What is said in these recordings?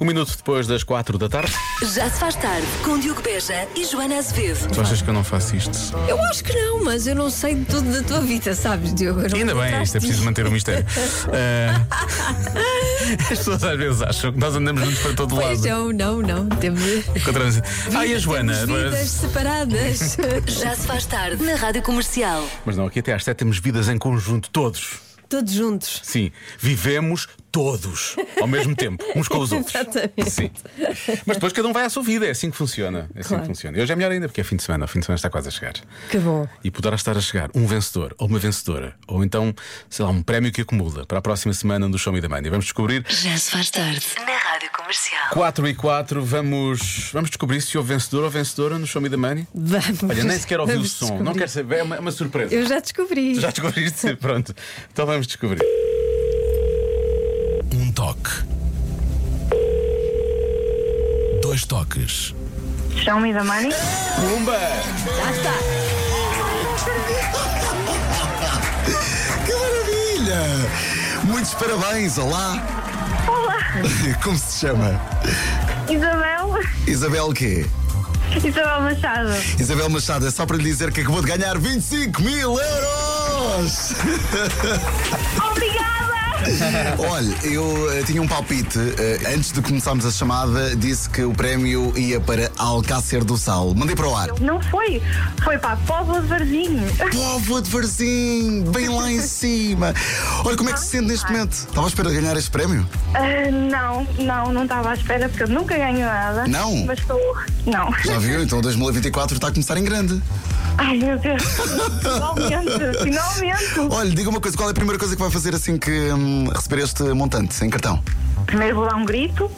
Um minuto depois das quatro da tarde. Já se faz tarde com Diogo Beja e Joana Azevedo. Tu achas que eu não faço isto? Eu acho que não, mas eu não sei de tudo da tua vida, sabes, Diogo? Eu não Ainda bem, isto é preciso manter o mistério. Ah, as pessoas às vezes acham que nós andamos juntos para todo Ah. Pois lado. não, não, não. Temos. Encontramos. Ah, e a Joana? Temos vidas Mas, separadas. Já se faz tarde na Rádio Comercial. mas não, aqui até às sete temos vidas em conjunto, todos. Todos juntos. Sim, vivemos todos ao mesmo tempo, uns com os outros. Exatamente. Sim. Mas depois cada um vai à sua vida, é assim que funciona. É assim Claro. que funciona. E Hoje é melhor ainda porque é fim de semana, o fim de semana está quase a chegar. Que bom. E poderá estar a chegar um vencedor ou uma vencedora, ou então, sei lá, um prémio que acumula para a próxima semana do Show Me the Money. Vamos descobrir Já se faz tarde na Rádio Comercial. 4 e 4, vamos, vamos descobrir se houve vencedor ou vencedora no Show Me the Money. Vamos. Olha, nem sequer ouvi o Vamos som, descobrir. não quero saber, é uma, é uma surpresa. Eu já descobri. Tu já descobriste? Pronto, então vamos descobrir. Um toque. Dois toques. Show me the money. Pumba! Que maravilha! Muitos parabéns, olá! Olá, Como se chama? Isabel. Isabel o quê? Isabel Machado. Isabel Machado, é só para lhe dizer que acabou de ganhar 25 mil euros! Obrigada! Olha, eu eh, tinha um palpite. eh, antes de começarmos a chamada, disse que o prémio ia para Alcácer do Sal. Mandei para o ar. Não foi, foi para a Póvoa de Varzinho. Povo de Varzim, bem lá em cima. Olha, como é que se sente neste momento? Estava à espera de ganhar este prémio? Ah, não, não, não estava à espera porque eu nunca ganho nada. Não? Mas estou. Não. Já viu? Então 2024 está a começar em grande. Ai meu Deus. Finalmente, finalmente. Olha, diga uma coisa, qual é a primeira coisa que vai fazer assim que hum, receber este montante em cartão? Primeiro vou dar um grito.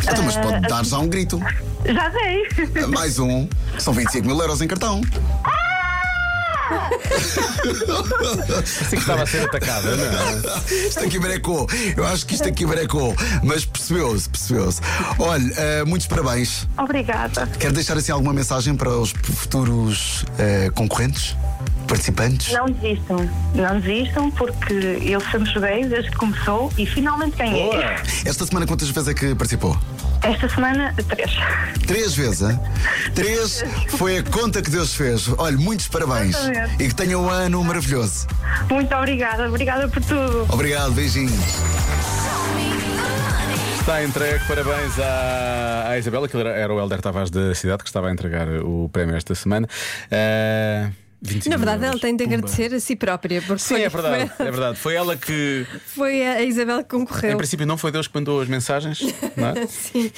Então, mas Ah, pode dar já um grito. Já dei. Mais um. São 25 mil euros em cartão. Assim que estava a ser atacada, não é? Isto aqui brecou. Eu acho que isto aqui brecou. Mas percebeu-se, percebeu-se. Olha, eh, muitos parabéns. Obrigada. Quer deixar assim alguma mensagem para os futuros eh, concorrentes? Participantes? Não desistam, não desistam porque eu sempre joguei desde que começou e finalmente ganhei. Boa! Esta semana quantas vezes é que participou? Esta semana, três. Três vezes, hein? Três foi a conta que Deus fez. Olha, muitos parabéns. Exatamente. E que tenha um ano maravilhoso. Muito obrigada, obrigada por tudo. Obrigado, beijinhos. Está entregue, parabéns à, à Isabela, que era, era o Helder Tavares da cidade que estava a entregar o prémio esta semana. Ah, 25 Na verdade, euros. ela tem de Pumba. agradecer a si própria, porque Sim, foi, é verdade, foi- é verdade. Foi ela que, foi a Isabel que em concorreu. princípio, não foi Deus que mandou as mensagens, não é? Sim.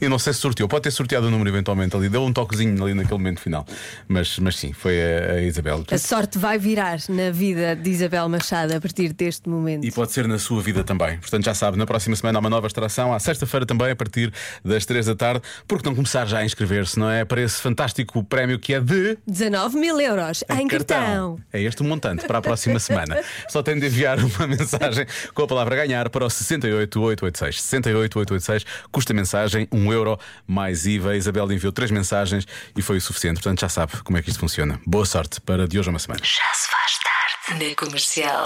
Eu não sei se sorteou, pode ter sorteado o número eventualmente ali, deu um toquezinho ali naquele momento final. Mas, mas sim, foi a, a Isabel. A sorte vai virar na vida de Isabel Machado a partir deste momento. E pode ser na sua vida também. Portanto, já sabe, na próxima semana há uma nova extração, à sexta-feira também, a partir das três da tarde. Por que não começar já a inscrever-se, não é? Para esse fantástico prémio que é de. 19 mil euros em cartão. É este o montante para a próxima semana. Só tem de enviar uma mensagem com a palavra ganhar para o 68886. 68886 custa mensagem, 1 euro mais IVA. A Isabel enviou três mensagens e foi o suficiente. Portanto, já sabe como é que isto funciona. Boa sorte para de hoje a uma semana. Já se faz tarde na Comercial.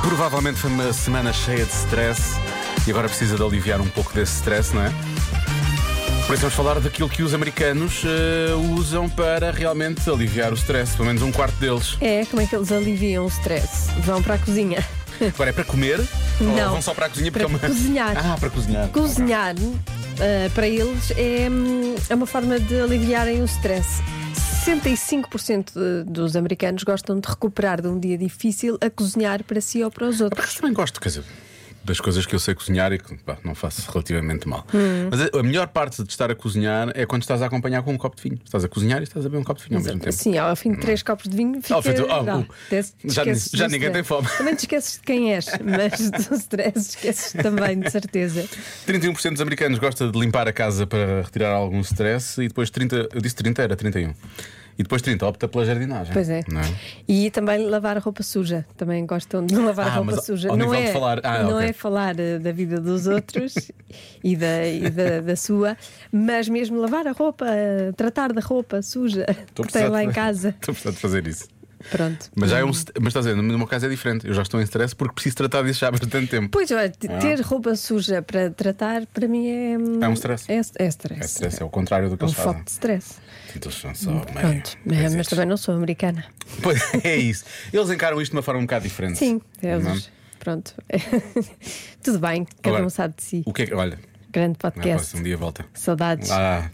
Provavelmente foi uma semana cheia de stress e agora precisa de aliviar um pouco desse stress, não é? Por isso vamos falar daquilo que os americanos eh, usam para realmente aliviar o stress, pelo menos um quarto deles. É, como é que eles aliviam o stress? Vão para a cozinha. Agora é para comer? Ou Não. vão só para a cozinha Para porque é uma... cozinhar. Ah, para cozinhar. Cozinhar ah, para eles é, hum, é uma forma de aliviarem o stress. 65% de- dos americanos gostam de recuperar de um dia difícil a cozinhar para si ou para os outros. Ah, Porque eu também gosto, quer dizer, das coisas que eu sei cozinhar e que pá, não faço relativamente mal. Hum. Mas a, a melhor parte de estar a cozinhar é quando estás a acompanhar com um copo de vinho. Estás a cozinhar e estás a beber um copo de vinho ao mesmo tempo. Hum. Sim, assim, ao fim de três copos de vinho fica. Ao fim de- oh, dá, uh, te- te já- esqueces já do ninguém stress. tem fome. Também te esqueces de quem és, mas do stress esqueces também, de certeza. 31% dos americanos gosta de limpar a casa para retirar algum stress e depois 30, eu disse 30, era 31. E depois 30 opta pela jardinagem. Pois é. Não E também lavar a roupa suja. Também gostam de lavar Ah, a roupa mas ao- suja. ao não nível é de falar. Ah, não ok. é falar eh, da vida dos outros e, da, e da, da sua, mas mesmo lavar a roupa, eh, tratar da roupa suja Estou a que tem precisar lá em de- casa. Estou Hum. a precisar de fazer isso. Pronto. Mas já é um. st- Mas estás a dizer, no meu caso é diferente. Eu já estou em stress porque preciso tratar disso já há bastante tempo. Pois, olha, t- ter roupa suja para tratar, para mim é. hum, Ah. É um stress. É, é É stress. stress, é o contrário do que um eles foco fazem. é de stress. Então, eles são só meio- Pronto. meio Mas, mas zés. também não sou americana. Pois é isso. Eles encaram isto de uma forma um bocado diferente. Sim, eles. Não é? Pronto. Tudo bem, cada Agora, um sabe de si. O que é que. Olha, Grande na próxima, podcast. um dia volta. Saudades. Ah,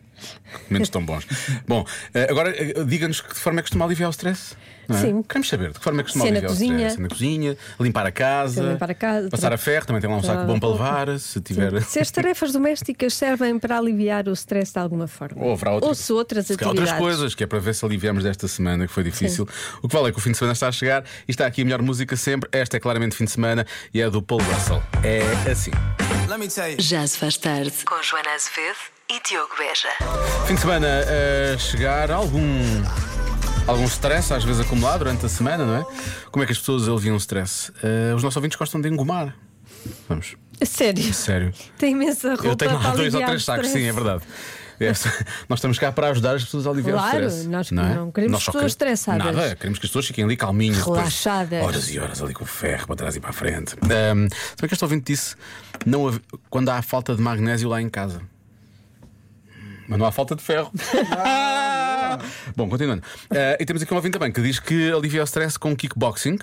momentos tão bons. Bom, eh, agora eh, diga-nos que de forma é que costuma aliviar o stress. não é? Sim. Queremos saber de que forma é que costuma Se é na aliviar o cozinha. stress. Se é Na cozinha, limpar a casa, Limpar a casa, passar tra- a ferro, também tem lá um saco tra- bom para levar, se tiver. Se as tarefas domésticas servem para aliviar o stress de alguma forma. Ou haverá outra- se outras se calhar atividades. outras coisas, que é para ver se aliviamos desta semana, que foi difícil. O que vale é que o fim de semana está a chegar e está aqui a melhor música sempre. Esta é claramente fim de semana e é do Paul Russell. É assim. Let me tell you. Já se faz tarde com Joana Azevedo e Diogo Beja. Fim de semana a chegar algum. Algum stress, às vezes acumulado durante a semana, não é? Como é que as pessoas aliviam o stress? Eh, os nossos ouvintes gostam de engomar. Vamos, Sério, sério. tem imensa roupa Eu tenho lá para dois ou aliviar três o sacos, sim, stress. é verdade. É, nós estamos cá para ajudar as pessoas a aliviar Claro, o stress. nós é? não queremos só pessoas queremos- estressadas. Nada, queremos que as pessoas fiquem ali calminhas, depois Relaxadas. Horas e horas ali com o ferro para trás e para a frente. Ahm, se bem que este ouvinte disse não hav- quando há falta de magnésio lá em casa. Mas não há falta de ferro. Ah! Bom, continuando. Ah, e temos aqui um ouvinte também que diz que alivia o stress com kickboxing.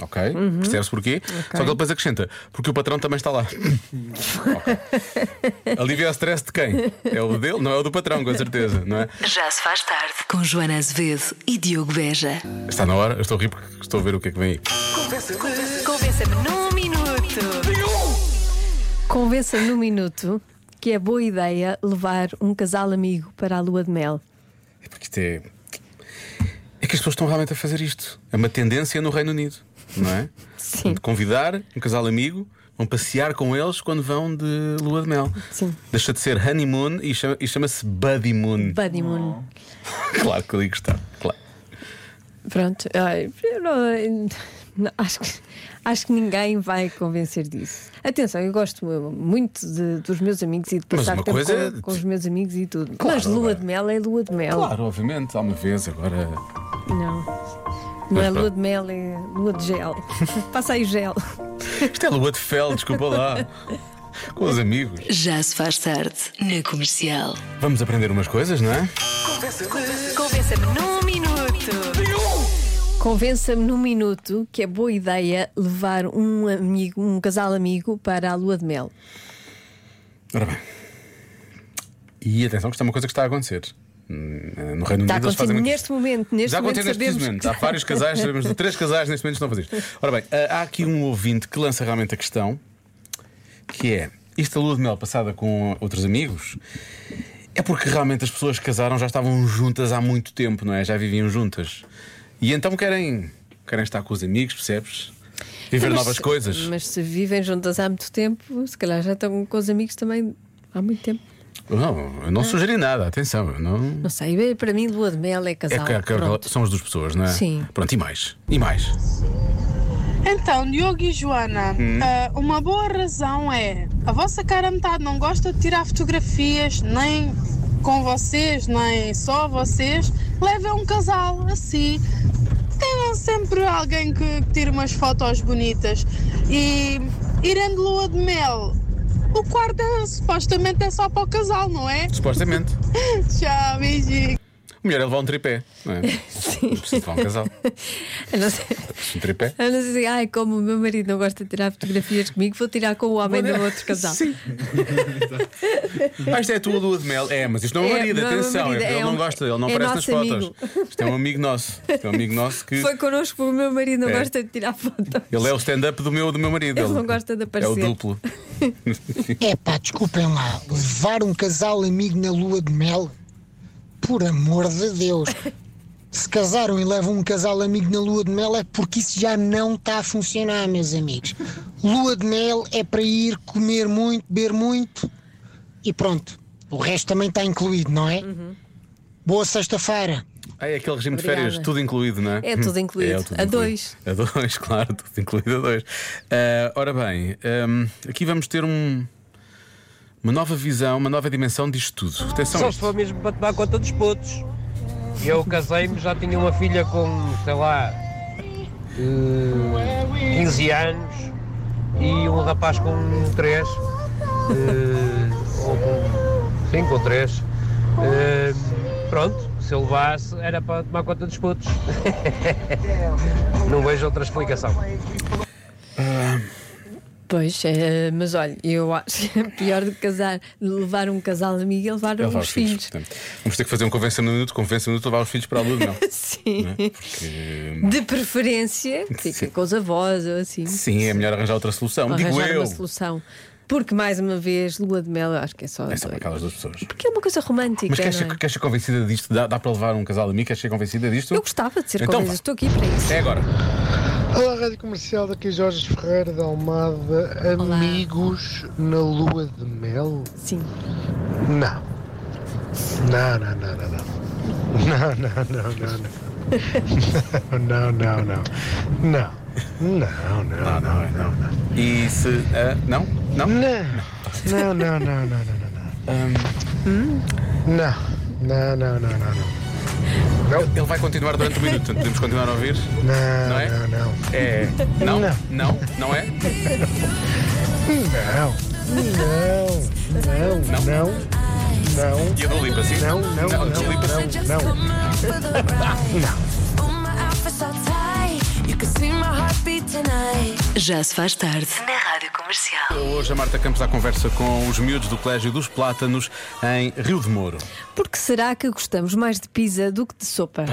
Ok, percebes porquê? Só que ele depois acrescenta, porque o patrão também está lá. Ok. Alivia o stress de quem? É o dele? Não é o do patrão, com certeza, não é? Já se faz tarde com Joana Azevedo e Diogo Beja. Está na hora, eu estou a rir porque estou a ver o que é que vem aí. Convença-me num minuto. Convença num minuto que é boa ideia levar um casal amigo para a lua de mel. É porque isto é. É que as pessoas estão realmente a fazer isto. É uma tendência no Reino Unido, não é? Sim. De convidar um casal amigo, vão passear com eles quando vão de lua de mel. Sim. Deixa de ser honeymoon e chama- e chama-se Buddy Moon. Buddy Moon. Oh. Claro que ali gostava. Claro. Pronto. ai, eu não- não, acho, que, acho que ninguém vai convencer disso. Atenção, eu gosto muito de- dos meus amigos e de Mas passar uma tempo coisa com, é- com os meus amigos e tudo. Claro, Mas lua é. de mel é lua de mel. Claro, obviamente, há uma vez agora. Não. Não Mas é pronto. lua de mel, é lua de gel. Passa aí o gel. Isto é lua de fel, desculpa lá. Com os amigos. Já se faz tarde na comercial. Vamos aprender umas coisas, não é? Convença-me num minuto. Convença-me num minuto que é boa ideia levar um amigo, um casal amigo para a lua de mel. Ora bem. E atenção, que isto é uma coisa que está a acontecer. Hum, No Reino Está a Unido eles fazem acontecer muito neste momento, neste Já momento aconteceu neste sabemos preciso momento. Há vários casais, sabemos de três casais neste momento que estão a fazer isto. Ora bem, ah, há aqui um ouvinte que lança realmente a questão, que é isto da lua de mel passada com outros amigos. É porque realmente as pessoas que casaram já estavam juntas há muito tempo, não é? Já viviam juntas. E então querem, querem estar com os amigos, percebes? Viver Mas novas se- coisas. Mas se vivem juntas há muito tempo, se calhar já estão com os amigos também há muito tempo. Não, Hum? eu não sugeri nada, atenção, eu não. Não sei, bem, para mim lua de mel é É casal. que, que- Pronto. são as duas pessoas, não é? Sim. Pronto, e mais? E mais? Então, Diogo e Joana, ah, uma boa razão é a vossa cara metade não gosta de tirar fotografias, nem com vocês, nem só vocês. Levem um casal assim. Tenham sempre alguém que tire umas fotos bonitas. E irem de lua de mel. O quarto é, supostamente é só para o casal, não é? Supostamente. Tchau, beijinho. O melhor é levar um tripé, não é? Sim. Preciso levar um casal. Eu não sei. Um tripé. Eu não sei, ai, como o meu marido não gosta de tirar fotografias comigo, vou tirar com o homem do outro casal. Sim. ah, isto é a tua lua de mel. É, mas isto não é um É, marido, não é um atenção. marido, é porque é ele não um- gosta, ele não é aparece nas nosso fotos. amigo. Isto é um amigo nosso. Isto é um amigo nosso que. Foi connosco porque o meu marido não É. gosta de tirar fotos. Ele é o stand-up do meu, do meu marido. Ele não gosta de É o aparecer. duplo. Epá, desculpem lá, levar um casal amigo na lua de mel? Por amor de Deus! Se casaram e levam um casal amigo na lua de mel é porque isso já não está a funcionar, meus amigos. Lua de mel é para ir comer muito, beber muito e pronto. O resto também está incluído, não é? Boa sexta-feira! Ah, é aquele regime de Obrigada. férias, tudo incluído, não é? É tudo incluído. é A dois. A dois, claro, tudo incluído a dois. Ah, ora bem, ahm, aqui vamos ter um- uma nova visão, uma nova dimensão disto tudo. Atenção a Só isto. se for mesmo para tomar conta dos putos. Eu casei-me, já tinha uma filha com, sei lá, eh, 15 anos e um rapaz com 3, ou com 5 ou 3. pronto, se eu levasse era para tomar conta dos putos. Não vejo outra explicação. Pois, eh, mas olha, eu acho que é pior do que casar, levar um casal amigo é levar Levar uns os filhos. filhos. portanto. Vamos ter que fazer um convença-me no minuto, convença-me no minuto, levar os filhos para a lua, não. é? Sim. Porque, De preferência, fica com os avós ou assim. sim, é melhor arranjar outra solução. Digo arranjar eu. uma solução. Porque, mais uma vez, lua de mel, eu acho que é só. É só para dois. aquelas duas pessoas. Porque é uma coisa romântica. Mas queres não é? ser, queres ser convencida disto? Dá, dá para levar um casal amigo? Queres ser convencida disto? Eu gostava de ser Então convidada, vá. estou aqui para isso. É agora. Olá, Rádio Comercial, daqui é Jorge Ferreira da Almada. Olá. Amigos na lua de mel? Sim. Não. Não, não, não, não, não. Não, não, não, não, não. Não, não, não. Não. Não, Ah, não, não, não, não. E se. ah, não? Não? Não, não, não, não, não, não, não. Hum. Não, não, não, não, não, não. Ele vai continuar durante o minuto, portanto, podemos continuar a ouvir? Não é? Não, não, não. É. Não? Não. Não? Não é? Não, não, não, não, não. E a do Lipa, sim? Não, não, Não, não, não, não, não. Já se faz tarde na Rádio Comercial. Hoje a Marta Campos à conversa com os miúdos do Colégio dos Plátanos em Rio de Moro. Porque será que gostamos mais de pizza do que de sopa?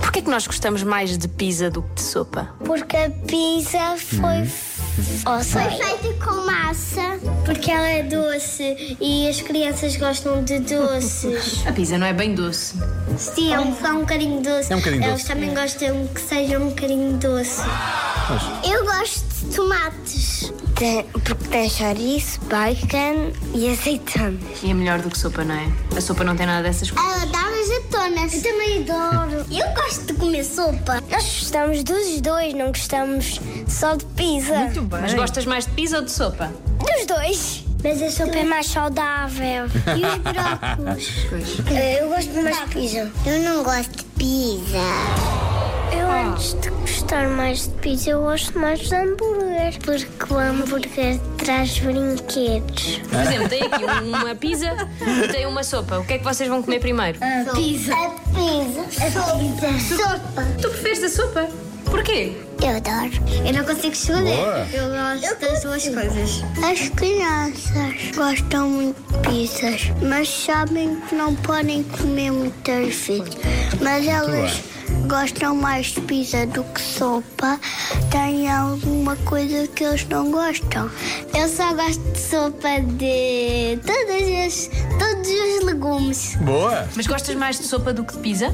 Porquê que nós gostamos mais de pizza do que de sopa? Porque a pizza foi, feita com massa, porque ela é doce e as crianças gostam de doces. A pizza não é bem doce. Sim, é um, é um bocadinho doce. É um bocadinho Eles doce. também gostam que seja um bocadinho doce. Eu gosto de tomates. porque tem chouriço, bacon e azeitonas. E é melhor do que sopa, não é? A sopa não tem nada dessas coisas. Ela dá azeitonas. Eu também adoro. Eu gosto de comer sopa. Nós gostamos dos dois, não gostamos só de pizza. Mas gostas mais de pizza ou de sopa? Dos dois. Mas a sopa é mais saudável. E os brócolos? Eu gosto mais de pizza. Eu não gosto de pizza. Eu antes de gostar mais de pizza, eu gosto mais de hambúrguer. Porque o hambúrguer traz brinquedos. Por exemplo, tem aqui um, uma pizza e tem uma sopa. O que é que vocês vão comer primeiro? A pizza. A pizza. A pizza. Sopa. Tu preferes a sopa? Porquê? Eu adoro. Eu não consigo escolher. Eu gosto das duas coisas. As crianças gostam muito de pizzas, mas sabem que não podem comer muitas vezes. Mas elas gostam mais de pizza do que sopa. Tem alguma coisa que eles não gostam. Eu só gosto de sopa de todas as, todos os legumes. Boa! Mas gostas mais de sopa do que de pizza?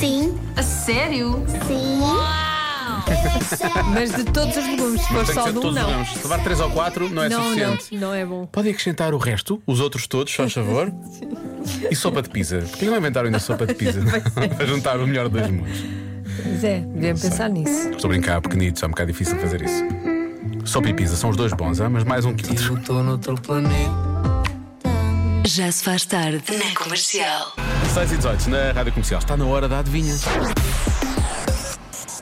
Sim, A sério? sim. Mas de todos os legumes, se for Tem que só ser de um, todos os não. ramos. Se levar três ou quatro não é Não, não, suficiente. não é bom. Podem acrescentar o resto, os outros todos, só a favor. E sopa de pizza. Porquê não inventaram ainda sopa de pizza? Para juntar o melhor dos mundos. Mas é, devemos pensar nisso. Estou a brincar, pequenitos, é um bocado difícil fazer isso. Sopa e pizza são os dois bons, ah, mas mais um que outro. Já se faz tarde na Comercial. 6 e 18 na rádio comercial. Está na hora da adivinha.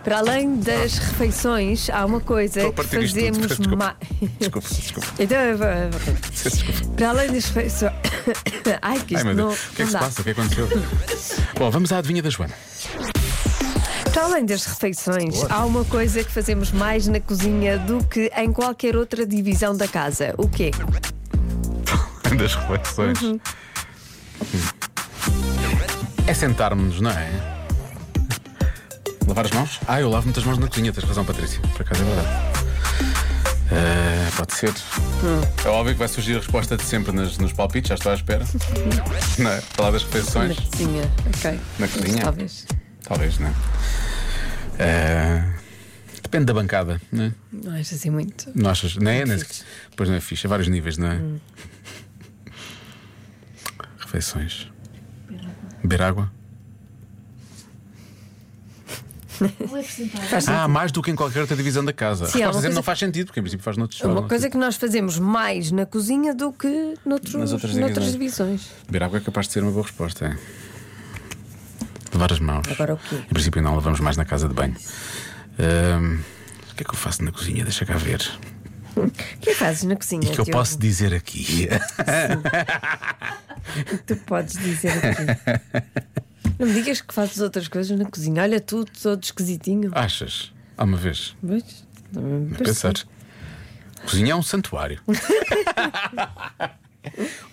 Para além das refeições, há uma coisa Estou a que partir isto tudo, fazemos peço desculpa. mais. Desculpa, desculpa. Então eu vou. eu vou- Para além das refeições. Ai, que Ai, isto meu não, Deus. O que é que não se dá. passa? O que aconteceu? Bom, vamos à adivinha da Joana. Para além das refeições, há uma coisa que fazemos mais na cozinha do que em qualquer outra divisão da casa. O quê? Das reflexões. É sentarmos-nos, não é? Lavar as mãos? Ah, eu lavo muitas mãos na cozinha, tens razão, Patrícia. Por acaso é verdade. Ah, pode ser. É óbvio que vai surgir a resposta de sempre nas- nos palpites, já estou à espera. não é? Falar das Na refeições. cozinha. Ok. Na cozinha? Talvez. Talvez, não é? Ah, depende da bancada, não é? Não acho assim muito. Não achas? Não é? Nem sequer- Pois não é fixe, há vários níveis, não é? Refeições. Beber água? Faz Ah, sentido. mais do que em qualquer outra divisão da casa. Sim, há Resposta uma dizendo coisa- não faz sentido, porque em princípio faz noutros É Uma formas. coisa que nós fazemos mais na cozinha do que noutros, Nas outras noutras divisões. divisões. Beber água é capaz de ser uma boa resposta. é. Lavar as mãos. Agora o quê? Em princípio não lavamos mais na casa de banho. Ahm, o que é que eu faço na cozinha? Deixa cá ver. O que fazes na cozinha? E que eu Diogo? posso dizer aqui? O que tu podes dizer aqui? Não me digas que fazes outras coisas na cozinha. Olha, tu todo esquisitinho. Ah, Achas? Há uma vez. Pois, também me Nem parece. pensar. Cozinha é um santuário.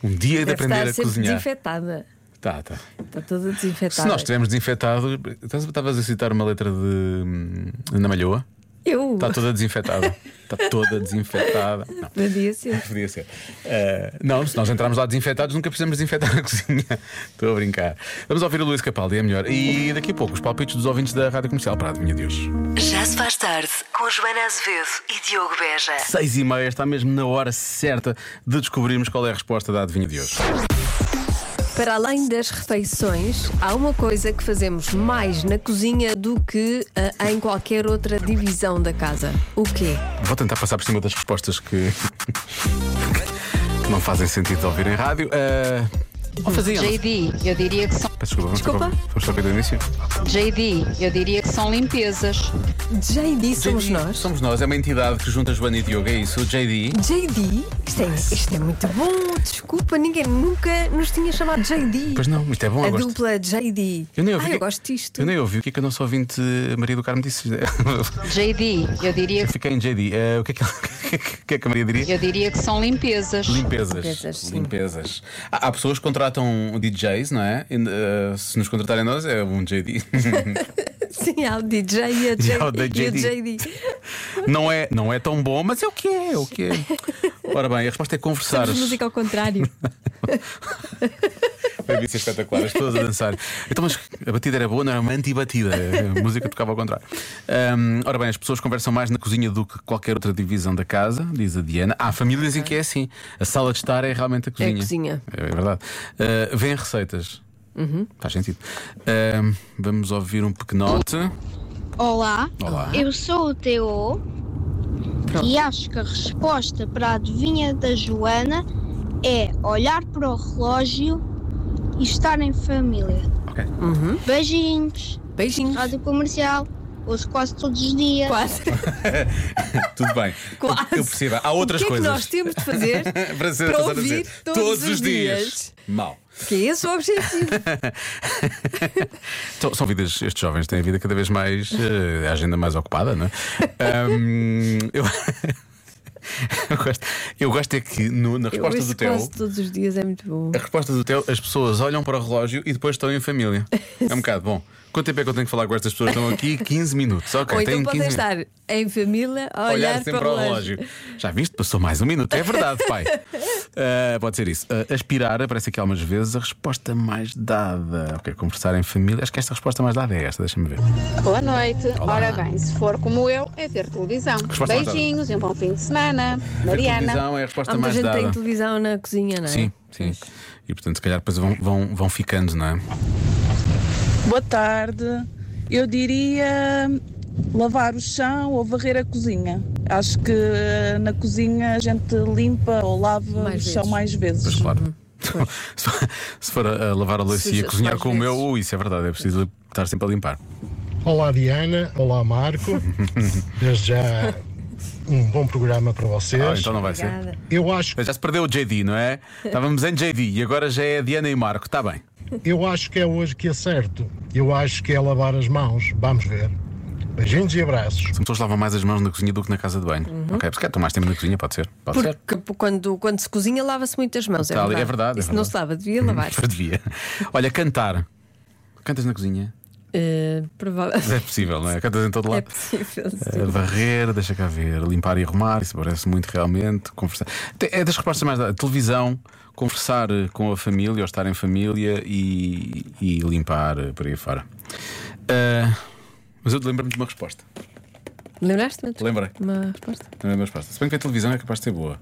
um dia é de Deve aprender estar a sempre cozinhar. desinfetada. Tá, tá. Está toda Se desinfetada. nós tivermos desinfetado, estás- estavas a citar uma letra de hum, Ana Malhoa? Eu. Está toda desinfetada. Está toda desinfetada. Não. Podia ser. Podia ser. Eh, não, se nós entrarmos lá desinfetados, nunca precisamos desinfetar a cozinha. Estou a brincar. Vamos ouvir o Luís Capaldi, é melhor. E daqui a pouco, os palpites dos ouvintes da Rádio Comercial para a Adivinha de hoje. Já se faz tarde com Joana Azevedo e Diogo Beja. Seis e meia, está mesmo na hora certa de descobrirmos qual é a resposta da Adivinha de hoje. Para além das refeições, há uma coisa que fazemos mais na cozinha do que ah, em qualquer outra divisão da casa. O quê? Vou tentar passar por cima das respostas que, que não fazem sentido de ouvir em rádio. Eh, ou faziam. JD, eu diria que são. Peço desculpa, vamos, Desculpa. vamos só ver do início. JD, eu diria que são limpezas. JD somos nós. Somos nós, é uma entidade que junta Joana e Diogo, é isso? O JD. JD? Isto é, isto é muito bom. Desculpa, ninguém nunca nos tinha chamado JD. Pois não, isto é bom, A eu gosto. dupla JD. Eu nem ouvi ah, que- eu gosto disto. Eu nem ouvi o que é que a nossa ouvinte eh, Maria do Carmo disse. JD, eu diria, Eu fiquei em JD. Eh, o, que é que, ela- o que é que a Maria diria? eu diria que são limpezas. Limpezas. Limpezas. Há, há pessoas que contratam DJs, não é? E, eh, se nos contratarem nós, é um JD. Sim, há o DJ e a J- há o e a JD. JD. não, é, não é tão bom, mas é o que é, é o que é. Ora bem, a resposta é conversar. Somos música ao contrário. Foi É isso espetacular, as pessoas a dançar. Então, mas a batida era boa, não era uma antibatida. é A música tocava ao contrário. Hum, ora bem, as pessoas conversam mais na cozinha do que qualquer outra divisão da casa, diz a Diana. Há famílias em que é assim. A sala de estar é realmente a cozinha. cozinha. É verdade. Uh, vêm receitas. Uhum. Faz sentido. Hum, vamos ouvir um pequenote. Olá. Olá. Eu sou o Teo e acho que a resposta para a adivinha da Joana é olhar para o relógio e estar em família. Ok. Uhum. Beijinhos. Beijinhos. Rádio comercial. Ouço quase todos os dias. Quase. Tudo bem. Quase. Eu percebo. Há outras o que é coisas. que nós temos de fazer para, ser- para para ouvir dizer, todos, os dias. Mal. Que é esse o objetivo. São, são vidas, estes jovens têm a vida cada vez mais. eh, a agenda mais ocupada, não é? Ahm, eu, eu gosto, eu gosto é que no- na Eu resposta ouço do Teo. quase todos os dias é muito bom. A resposta do Teo, as pessoas olham para o relógio e depois estão em família. É um bocado bom. Quanto tempo é que eu tenho que falar com estas pessoas? Estão aqui 15 minutos. Ok, Ou então têm 15 podem minutos. estar em família a olhar, sempre para o ao relógio. Já viste? Passou mais um minuto. É verdade, pai. Ah, pode ser isso. Ah, aspirar aparece aqui algumas vezes. A resposta mais dada. Ok, conversar em família. Acho que esta resposta mais dada é esta. Deixa-me ver. Boa noite. Olá. Ora bem, se for como eu, é ver televisão. Resposta mais Beijinhos e um bom fim de semana. Ver Mariana. televisão é a resposta Há muita mais gente que tem dada. televisão na cozinha, não é? Sim, sim. E portanto, se calhar depois vão, vão, vão ficando, não é? Boa tarde. Eu diria hum, lavar o chão ou varrer a cozinha. Acho que eh, na cozinha a gente limpa ou lava o chão mais vezes. Pois Uhum. claro. se for- se for a, a lavar a louça e Suja-se a cozinhar mais com o meu, ui, isso é verdade. É preciso estar sempre a limpar. Ah, Olá Diana, olá Marco. Desde já um bom programa para vocês. Ah, então não vai ser. Eu acho. Já se perdeu o JD, não é? Estávamos em JD e agora já é Diana e Marco. Está bem. Eu acho que é hoje que acerto. Eu acho que é lavar as mãos. Vamos ver. Beijinhos e abraços. As pessoas lavam mais as mãos na cozinha do que na casa de banho. Uhum. Ok, porque estão mais tempo na cozinha, pode ser. Pode ser. Porque p- quando, quando se cozinha, lava-se muitas mãos. É Tá ali, verdade. é verdade, é Isso não verdade. Hum, se lava, devia lavar. Mas devia. Olha, cantar. Cantas na cozinha? Eh, provável. Mas é possível, não é? Cantas em todo É lado. possível. Eh, varrer, deixa cá ver. Limpar e arrumar, isso parece muito realmente. Conversar. Te- É das respostas mais. da- Televisão, conversar eh, com a família ou estar em família e, e Ah, limpar eh, por aí fora. Eh, mas eu lembro-me de uma resposta. Lembraste-me? Lembrei. Uma resposta. Também é uma resposta. Se bem que a televisão é capaz de ser boa.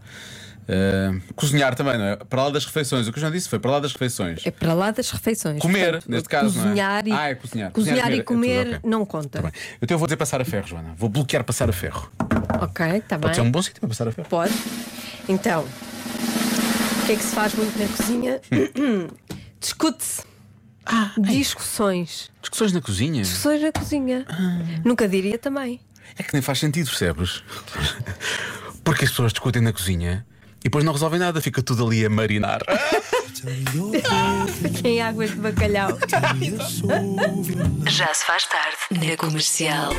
Ah, cozinhar também, não é? Para lá das refeições. O que eu já disse foi para lá das refeições. É para lá das refeições. Comer, neste caso, não é? cozinhar E, Ah, é cozinhar. Cozinhar, Cozinhar e e comer comer, é tudo, não conta. Eu te vou dizer passar a ferro, Joana. Vou bloquear passar a ferro. Ok, está bem. Pode ser um bom sítio para passar a ferro. Pode. Então, o que é que se faz muito na cozinha? Hum. Discute-se. Discussões. Discussões na cozinha. Discussões na cozinha. Ah. Nunca diria também. É que nem faz sentido, percebes? Porque as pessoas discutem na cozinha e depois não resolvem nada, fica tudo ali a marinar. Em águas de bacalhau. Já se faz tarde na comercial.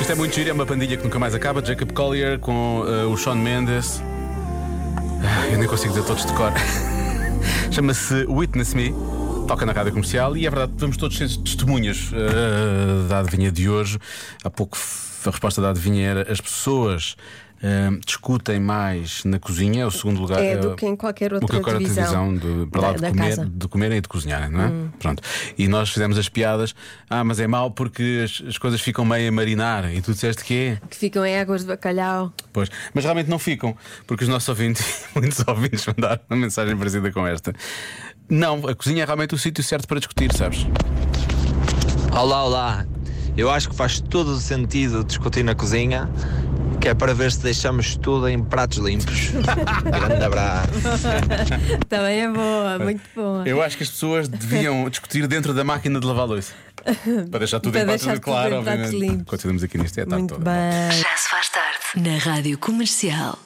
Isto é muito giro, é uma pandilha que nunca mais acaba. Jacob Collier com eh, o Sean Mendes. Ah, eu nem consigo dizer todos de cor. Chama-se Witness Me. Toca na rádio comercial e é verdade, vamos todos ser testemunhas eh, da adivinha de hoje. Há pouco f- a resposta da adivinha era as pessoas eh, discutem mais na cozinha, é o segundo lugar. É eh, do que em qualquer do que outra agora a divisão. televisão de, para lá da- de, da comer, casa. de comerem e de cozinharem, não é? Hum. Pronto. E nós fizemos as piadas, ah, mas é mau porque as, as coisas ficam meio a marinar. E tu disseste que é. Que ficam em águas de bacalhau. Pois, mas realmente não ficam, porque os nossos ouvintes, muitos ouvintes, mandaram uma mensagem parecida com esta. Não, a cozinha é realmente o sítio certo para discutir, sabes? Olá, olá. Eu acho que faz todo o sentido discutir na cozinha, que é para ver se deixamos tudo em pratos limpos. Grande abraço. Também é boa, muito boa. Eu acho que as pessoas deviam discutir dentro da máquina de lavar louça. Para deixar tudo Para em pratos deixar tudo claro, em pratos obviamente. limpos. Continuamos aqui nisto, é a tarde toda. Já se faz tarde na rádio comercial.